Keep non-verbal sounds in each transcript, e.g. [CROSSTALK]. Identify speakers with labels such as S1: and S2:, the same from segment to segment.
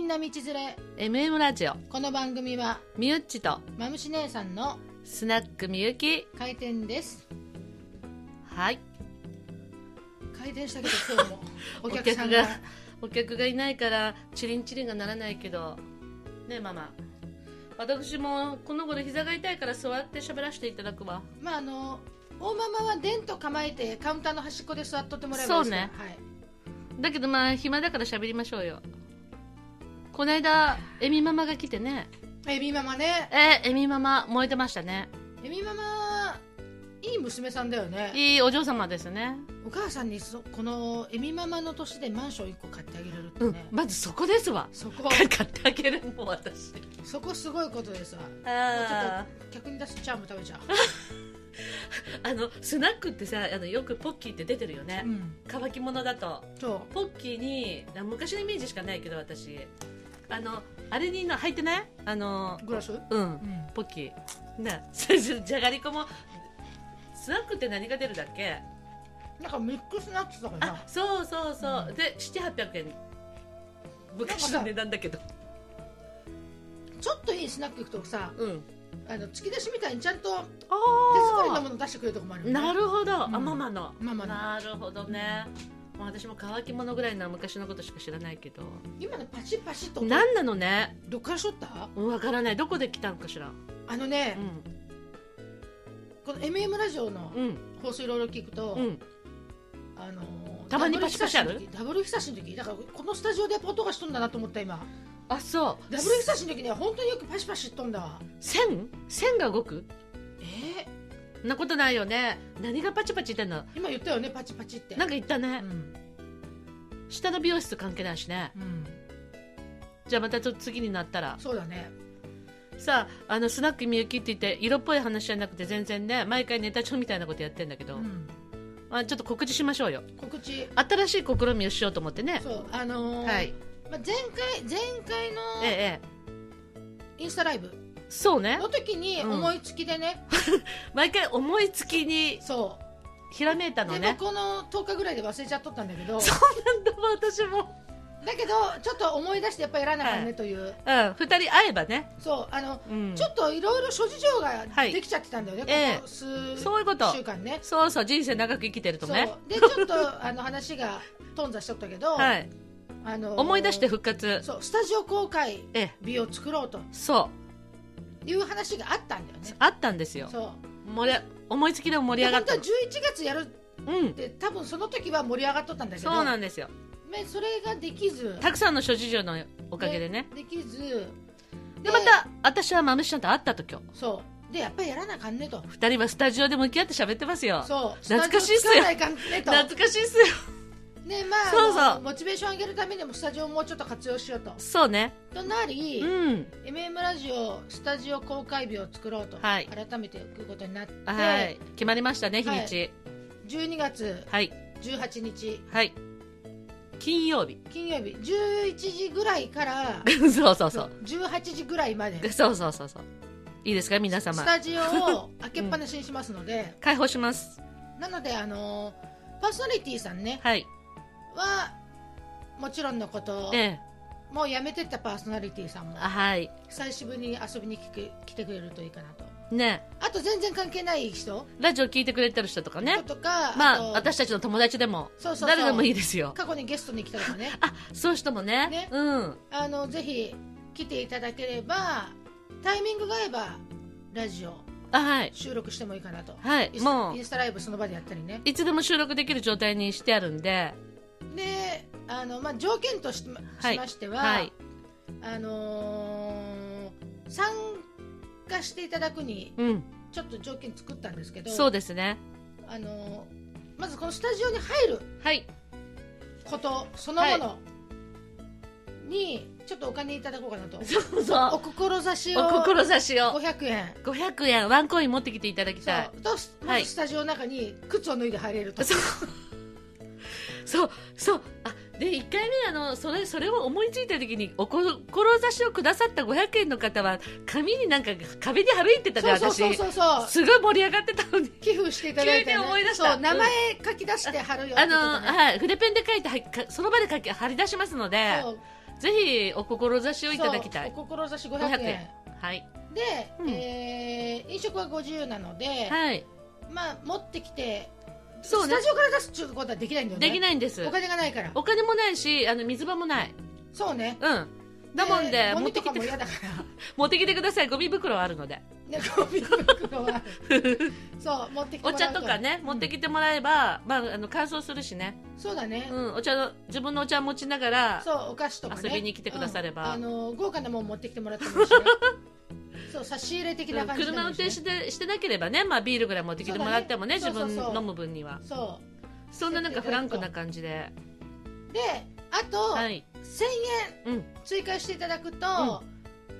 S1: んな道連れ
S2: MM ラジオ
S1: この番組は
S2: みゆっちと
S1: まむし姉さんの
S2: スナックみゆき
S1: 開店 [LAUGHS] です
S2: はい
S1: 開店したけど今日もお客さん
S2: お
S1: が
S2: 客 [LAUGHS] お客がいないからチリンチリンがならないけどねえママ私もこの頃膝が痛いから座って喋らせていただくわ
S1: まああの大ママはでんと構えてカウンターの端っこで座っとってもらえばいいですから
S2: そだけどまあ暇だから喋りましょうよこないだエミママが来てね
S1: はいエビママね
S2: えー、エミママ燃えてましたね
S1: エビママいい娘さんだよね
S2: いいお嬢様ですね
S1: お母さんにそこのエビママの年でマンション1個買ってあげれるって
S2: うん
S1: ね、
S2: まずそこですわ
S1: そこ
S2: 買ってあげるもう私
S1: そこすごいことですわもうちょ
S2: あ
S1: っと客に出すチャーム食べちゃ
S2: あのスナックってさあのよくポッキーって出てるよね、
S1: う、うん、
S2: 乾き物だと
S1: そ
S2: ポッキーにあ昔のイメージしかないけど私あのあれにの入ってないあの
S1: うグラス、う
S2: うん
S1: ん、
S2: ポッキーな最初じゃがりこもスナックって何が出るだっけ
S1: なんかミックスナッツとか
S2: あ
S1: さ
S2: そうそうそう、
S1: うん
S2: で7800円昔の値段だけど
S1: ちょっといいスナック行くとさ
S2: うん
S1: あの突き出しみたいにちゃんと手作りの
S2: あ
S1: もの出してくれるとこもある
S2: あ
S1: よ、ね、
S2: なるほど、
S1: うん
S2: あママの
S1: ママの
S2: なるほどね、まあ私も乾き物ぐらいな昔のことしか知らないけど
S1: 今のパチパチと音
S2: 何なのね
S1: どっからしょった
S2: うんわからないどこで来たのかしら
S1: あのね
S2: う、ん
S1: この MM ラジオの
S2: うん
S1: 放送いろいろ聞くと、
S2: うん
S1: あのー
S2: たまにパチパチある
S1: ダブルひさしの時ダブルひさしの時だからこのスタジオで音がしとんだなと思った今
S2: あそう
S1: ダブルひさしの時には本当によくパシパシっとんだわ
S2: 線線が動く
S1: えー、
S2: そんなことないよね何がパチパチ言ってんの
S1: 今言ったよねパチパチって
S2: なんか言った
S1: う
S2: ね、
S1: ん、
S2: 下の美容室関係ないしね
S1: うん、
S2: じゃあまたちょっと次になったら
S1: そうだね
S2: さああのスナックみゆきって言って色っぽい話じゃなくて全然ね毎回ネタ帳みたいなことやってんだけど、
S1: うん
S2: まあ、ちょっと告知しましょうよ
S1: 告知
S2: 新しい試みをしようと思ってね
S1: そうあのー
S2: はい
S1: まあ、前回前回の
S2: えええ
S1: インスタライブ
S2: えそうね
S1: の時に
S2: うん
S1: 思いつきでね、
S2: 毎回思いつきに
S1: そ
S2: ひらめいた
S1: う
S2: の
S1: で、
S2: ね
S1: この10日ぐらいで忘れちゃっとったんだけど
S2: そうなんだわ私も
S1: だけどちょっと思い出してやっぱりやらなあかん
S2: は
S1: ね
S2: い
S1: という、
S2: うん2人会えばね、
S1: そうあの
S2: うん、
S1: ちょっといろいろ諸事情が
S2: はい
S1: できちゃってたんだよね、
S2: ええ
S1: ここ数
S2: そういうこと
S1: 週間ね
S2: そうそう人生長く生きてるとね
S1: そうでちょっとあの話が頓挫しとったけど、
S2: [LAUGHS] はい
S1: あの
S2: 思い出して復活
S1: そうスタジオ公開
S2: ええ
S1: 日を作ろうと
S2: そう
S1: いう話があったんだよね
S2: あったんですよ
S1: そう
S2: 盛り思いつきでも盛り
S1: で
S2: 上が
S1: 本
S2: っ
S1: 当
S2: た
S1: は11
S2: の
S1: 月やる
S2: うん
S1: って多分その時は盛り上がっとったんだけど
S2: そうなんですよ
S1: ねそれができず
S2: たくさんの諸事情のおかげでね
S1: できず
S2: でまた私はマムシちゃんと会ったと今日
S1: そうでやっぱりやらなあかんねと
S2: 2人はスタジオで向き合って喋ってますよ
S1: そう
S2: 懐かしいっすよ
S1: スタジオ使わないかんねと
S2: 懐かしいっすよ
S1: ねまあ
S2: そうそう
S1: あのモチベーション上げるためにもスタジオをもうちょっと活用しようと
S2: そうね
S1: となり、
S2: うん、
S1: MM ラジオスタジオ公開日を作ろうと、
S2: はい
S1: 改めて行くことになって、
S2: はい、決まりましたね日にち
S1: 12月
S2: はい
S1: 18日
S2: はい、金曜日 [LAUGHS]
S1: 金曜日11時ぐらいから
S2: そうそうそう
S1: 18時ぐらいまで
S2: そうそうそうそういいですか皆
S1: ス
S2: 様
S1: タジオを開けっぱなしにしますので、
S2: 開放します
S1: なのであのパーソナリティさんね
S2: はい
S1: はもちろんのこと、
S2: ええ
S1: もうやめてったパーソナリティさんも
S2: あはい
S1: 久しぶりに遊びに来て来てくれるといいかなと
S2: ね
S1: あと全然関係ない人
S2: ラジオ聞いてくれてる人とかね
S1: とか、
S2: まあ
S1: と
S2: 私たちの友達でも
S1: そうそうそう
S2: 誰でもいいですよ
S1: 過去にゲストに来たとかね
S2: あそういう人もね
S1: ね
S2: うん
S1: あのぜひ来ていただければタイミングが合えばラジオ
S2: あはい
S1: 収録してもいいかなと、
S2: はい
S1: インス
S2: もう
S1: インスタライブその場でやったりね
S2: いつでも収録できる状態にしてあるんで
S1: であの、まあ、条件とし,、
S2: はい
S1: しましては、
S2: はい
S1: あのー参加していただくに
S2: うん
S1: ちょっと条件作ったんですけど
S2: そうですね
S1: あのまずこのスタジオに入る
S2: はい
S1: ことそのものにちょっとお金いただこうかなと、
S2: そう
S1: お
S2: そ
S1: 志
S2: う
S1: を
S2: お志を
S1: 500円
S2: 500円ワンコイン持ってきていただき
S1: そ
S2: たいう
S1: とすま
S2: はい
S1: ずスタジオの中に靴を脱いで入れると、
S2: そうそうそうあで1回目あのそれそれを思いついた時におこ志をくださった500円の方は紙になんか壁に歩いてたね
S1: そうそう
S2: 私
S1: そうそう
S2: すごい盛り上がってたのに
S1: 寄付していただいて、
S2: 急に思い出した
S1: そう名前書き出して貼るよって
S2: あ
S1: こと
S2: の、
S1: ね
S2: はい、筆ペンで書いてはいかその場で書き貼り出しますので
S1: そう
S2: ぜひお志をいただきたい
S1: そうお志500円
S2: 500円はい
S1: で、
S2: うん
S1: えー飲食は50なので、
S2: はい
S1: まあ持ってきて
S2: そう
S1: ス
S2: ね
S1: タジオから出すっていうことはできないんだよね
S2: できないんです
S1: お金がないから
S2: お金もないしあの水場もない
S1: そうね
S2: うんだもんで
S1: ゴ
S2: 持っ
S1: ミ
S2: て
S1: と
S2: き
S1: か
S2: て
S1: も嫌だから
S2: 持ってきてくださいゴミ袋あ
S1: [LAUGHS]
S2: るので
S1: ねゴミ袋
S2: [LAUGHS]
S1: はそう持ってきても
S2: お
S1: らう
S2: 茶とかね
S1: うん
S2: 持ってきてもらえば、まあ、あの乾燥するしね、
S1: そうだね、
S2: うん、お茶の自分のお茶持ちながら
S1: そうお菓子とかね
S2: 遊びに来てくだされば
S1: うんあの豪華なもん持ってきてもらってもいいし
S2: [LAUGHS]
S1: ねそう差し入れ的
S2: う
S1: なん感じでも
S2: 車運
S1: いいしね
S2: 転してしてなければね、まあ、ビールぐらい持ってきてもらってもね
S1: そう
S2: 自
S1: だね
S2: 分
S1: そうそうそう
S2: 飲む分には
S1: そ
S2: そんななんかフランクな感じで
S1: うであと、
S2: はい、
S1: 1000
S2: うん、
S1: 円追加していただくと、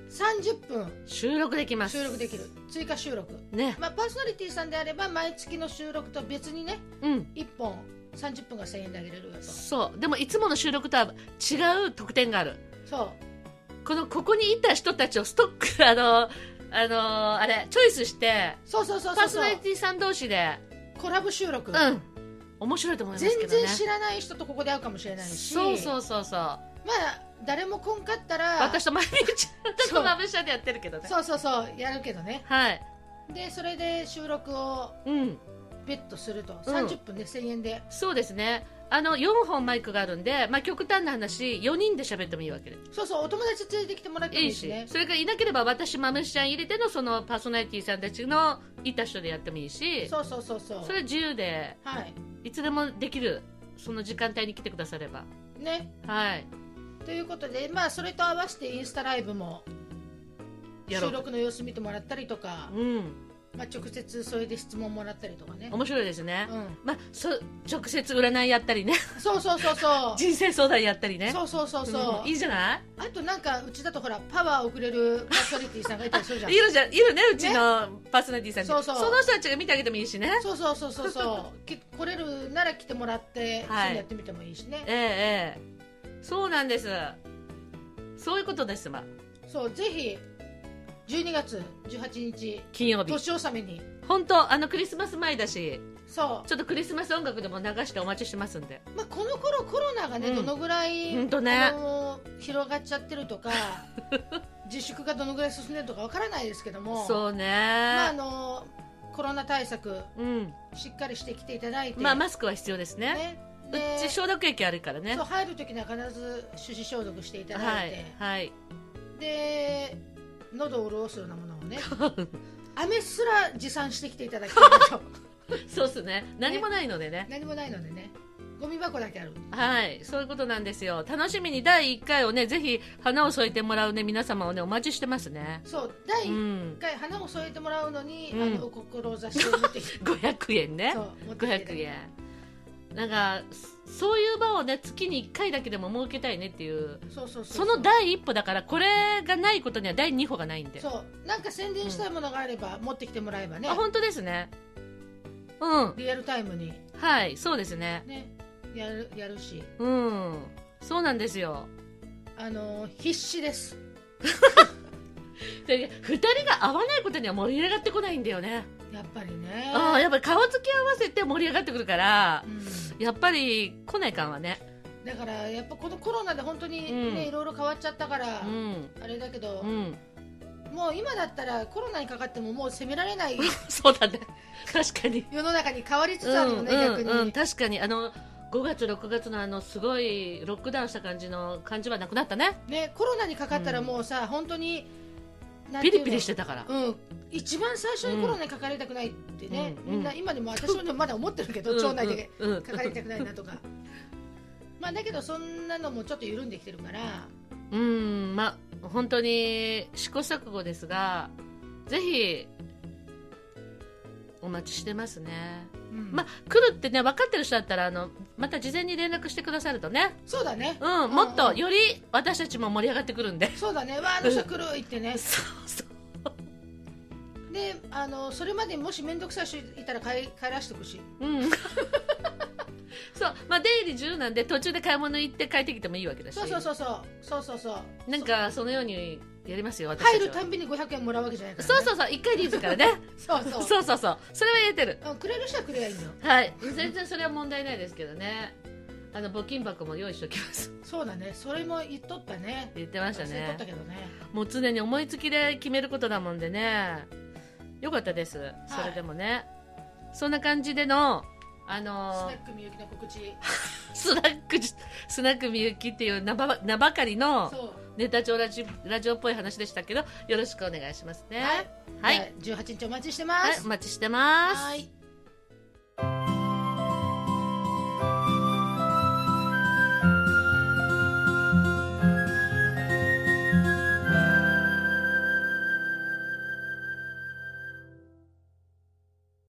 S1: 30分
S2: 収録できます
S1: 収録できる追加収録
S2: ね
S1: まあ、パーソナリティさんであれば毎月の収録と別にね
S2: うん
S1: 1本30分が1000円であげれるよとそ
S2: そうでもいつもの収録とは違う特典がある
S1: う
S2: このここにいた人たちをストック [LAUGHS] あのあのあれチョイスして
S1: そうそうそうそ
S2: パー
S1: う
S2: ソナリティさん同士で
S1: コラボ収録、
S2: うん面白いと思いますけ
S1: 全
S2: どね
S1: 然知らない人とここで会うかもしれないし
S2: そうそうそうそう
S1: まあ誰もこんかったら
S2: 私とまゆみちゃんと
S1: そう
S2: こまぶしゃでやってるけどね
S1: そうそうそうやるけどね
S2: はい
S1: でそれで収録を
S2: うん
S1: ベットすると30分で1000円で、
S2: そうですねあの4本マイクがあるんで、まあ、極端な話4人で喋ってもいいわけで
S1: そうそうお友達連れてきてもらっても
S2: い
S1: い
S2: い
S1: いし
S2: し、
S1: ね
S2: それがいなければ私まむしちゃん入れてのそのパーソナリティさんたちのいた人でやってもいいし
S1: そうそうそうそう
S2: それ自由で
S1: はい
S2: いつでもできるその時間帯に来てくだされば
S1: ね
S2: はい
S1: ということでまあそれと合わせてインスタライブも
S2: やろ
S1: 収
S2: う
S1: 録の様子見てもらったりとか、
S2: うん
S1: まあ、直接それで質問もらったりとかね、
S2: 面白いですね、
S1: うん、
S2: まあそ直接占いやったりね
S1: そうそうそうそう
S2: 人生相談やったり [LAUGHS] ね
S1: そうそうそうそう、
S2: んいいじゃない
S1: あとなんかうちだとほらパワーをくれるパーソナリティさんがいたりするじゃん
S2: いるじゃんいるねうちのパーソナリティさんに
S1: そうそう
S2: の人たちが見てあげてもいいしね
S1: そうそうそうそうそうき来れるなら来てもらって、一
S2: はい
S1: 緒にやってみてもいいしね
S2: ええええそうなんですそういうことですまあ
S1: そうぜひ12月18日
S2: 金曜日
S1: 年納めに
S2: 本当あのクリスマス前だし
S1: そ
S2: ちょっとクリスマス音楽でも流してお待ちしてますんで
S1: う、まあ、この頃コロナがね、
S2: うん
S1: どのぐらい、
S2: ほんとね
S1: あのー広がっちゃってる
S2: [LAUGHS]
S1: とか自粛がどのぐらい進んでるとかわからないですけども
S2: そうね、
S1: まああのコロナ対策
S2: うん
S1: しっかりしてきていただいて、
S2: まあマスクは必要ですね
S1: ね
S2: う
S1: で
S2: ち消毒液あるからね
S1: そう入る時には必ず手指消毒していた
S2: は
S1: だい
S2: い
S1: て、
S2: はい
S1: で喉を潤すようなものを
S2: [LAUGHS]
S1: ね飴すら持参してきていただきたいな
S2: [LAUGHS]
S1: と
S2: そうっすね何もないのでね
S1: 何もないのでねゴミ箱だけある
S2: はいそういうことなんですよ楽しみに第1回をねぜひ花を添えてもらうね皆様をねお待ちしてますね
S1: そう第
S2: う
S1: 1
S2: ん
S1: 回花を添えてもらうのに、
S2: うん
S1: あのお志を持ってきて
S2: 500円 [LAUGHS] ね
S1: そう持ってきていただい
S2: 500
S1: て
S2: 円なんかそそういう場をね月に1回だけでも設けたいねっていう
S1: そうそうそ
S2: そうの第一歩だからこれがないことには第二歩がないんで
S1: そうなんか宣伝したいものがあれば、持ってきてもらえばね
S2: あ本当ですねうん
S1: リアルタイムに
S2: はいそうですね
S1: ねやるやるし
S2: うんそうなんですよ
S1: あの必死です
S2: で2人が合わないことには盛り上がってこないんだよね
S1: やっぱりね
S2: ああやっぱり顔つき合わせて盛り上がってくるから
S1: うん
S2: やっぱり来ない感はね
S1: だからやっぱこのコロナで本当にね、
S2: うん
S1: いろいろ変わっちゃったから、
S2: うん
S1: あれだけど
S2: う、ん
S1: もう今だったらコロナにかかってももう責められない
S2: そうだね確かに
S1: 世の中に変わりつつあるのね、逆に、
S2: うん、確かにあの5月6月のあのすごいロックダウンした感じの感じはなくなったね
S1: ねコロナにかかったらもうさ、本当になん
S2: ピ
S1: いう
S2: リ
S1: の
S2: ピリしてたから、
S1: うん一番最初にコロナにかかりたくないってね、
S2: うん
S1: みんな今でも私もまだ思ってるけど、腸内で
S2: うんうん
S1: かかりたくないなとかまあだけどそんなのもちょっと緩んできてるから
S2: うん、うんまあ本当に試行錯誤ですがぜひお待ちしてますね、
S1: うん
S2: まあ来るってね分かってる人だったらあのまた事前に連絡してくださるとね
S1: そうだね
S2: うんもっとより私たちも盛り上がってくるんで
S1: そうだねわああの人来るってね
S2: そうそう
S1: であのそれまでにもし面倒くさい人いたら帰帰らしてほしい
S2: うん [LAUGHS] そうまあ出入り自由なんで途中で買い物行って帰ってきてもいいわけだし
S1: そうそうそうそうそうそうそう
S2: なんかそのようにやりますよ私たちは
S1: 入るたんびに500円もらうわけじゃないから、ね、
S2: そうそうそう一回でいいですからね
S1: そうそう
S2: そうそうそうそれは言えてる
S1: うんくれる人はくれりゃいいのよ
S2: はい全然それは問題ないですけどねあの募金箱も用意しておきます。 [LAUGHS]
S1: そうだねそれも言っとったね
S2: 言ってました
S1: 忘れとっ
S2: ね
S1: た。けどね
S2: もう常に思いつきで決めることだもんでね。よかったです。それでもね。そんな感じでの、あ
S1: ス
S2: の
S1: ナ
S2: ー
S1: ックみゆきの告知
S2: スナック、スナックみゆきっていう名ば名ばかりの
S1: そう
S2: ネタ帳ラジラジオっぽい話でしたけど、よろしくお願いしますね。
S1: はい
S2: はい。
S1: じゃあ18日お待ちして
S2: は
S1: ま
S2: い、
S1: す
S2: お待ちしてます。
S1: はい